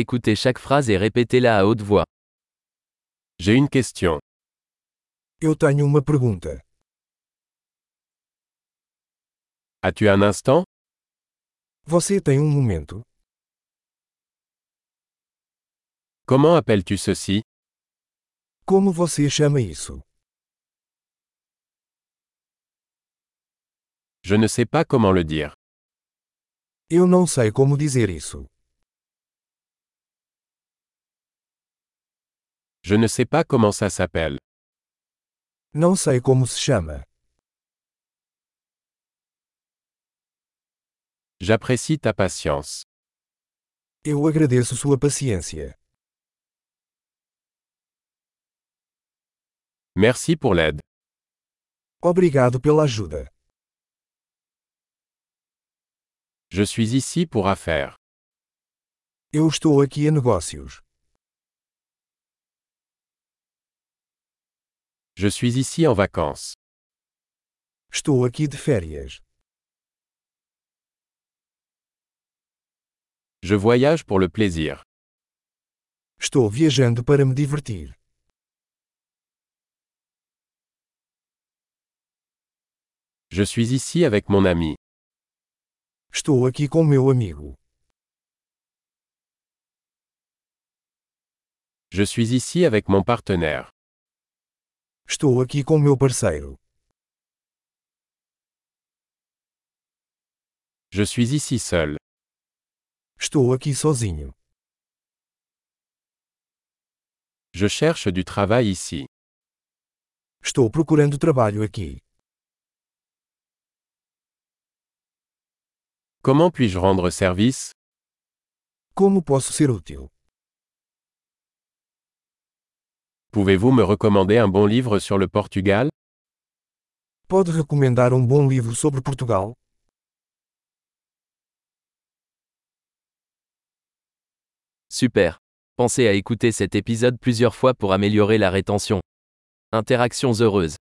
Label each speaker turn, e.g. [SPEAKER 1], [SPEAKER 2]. [SPEAKER 1] Écoutez chaque phrase et répétez-la à haute voix.
[SPEAKER 2] J'ai une question.
[SPEAKER 3] Eu tenho uma pergunta.
[SPEAKER 2] As-tu un instant
[SPEAKER 3] Você tem um momento?
[SPEAKER 2] Comment appelles-tu ceci
[SPEAKER 3] Como você chama isso?
[SPEAKER 2] Je ne sais pas comment le dire.
[SPEAKER 3] Eu não sei como dizer isso.
[SPEAKER 2] Je ne sais pas comment ça s'appelle.
[SPEAKER 3] Não sei como se chama.
[SPEAKER 2] J'apprécie ta patience.
[SPEAKER 3] Eu agradeço sua paciência.
[SPEAKER 2] Merci pour l'aide.
[SPEAKER 3] Obrigado pela ajuda.
[SPEAKER 2] Je suis ici pour affaires.
[SPEAKER 3] Eu estou aqui a negócios.
[SPEAKER 2] Je suis ici en vacances.
[SPEAKER 3] Estou aqui de férias.
[SPEAKER 2] Je voyage pour le plaisir.
[SPEAKER 3] Estou viajando para me divertir.
[SPEAKER 2] Je suis ici avec mon ami.
[SPEAKER 3] Estou aqui com meu amigo.
[SPEAKER 2] Je suis ici avec mon partenaire.
[SPEAKER 3] Estou aqui com meu parceiro.
[SPEAKER 2] Je suis ici seul.
[SPEAKER 3] Estou aqui sozinho.
[SPEAKER 2] Je cherche du travail ici.
[SPEAKER 3] Estou procurando trabalho aqui.
[SPEAKER 2] Comment puis-je rendre service
[SPEAKER 3] Como posso ser útil?
[SPEAKER 2] Pouvez-vous me recommander un bon livre sur le Portugal
[SPEAKER 3] Pode recomendar um bom livro sobre Portugal?
[SPEAKER 1] Super. Pensez à écouter cet épisode plusieurs fois pour améliorer la rétention. Interactions heureuses.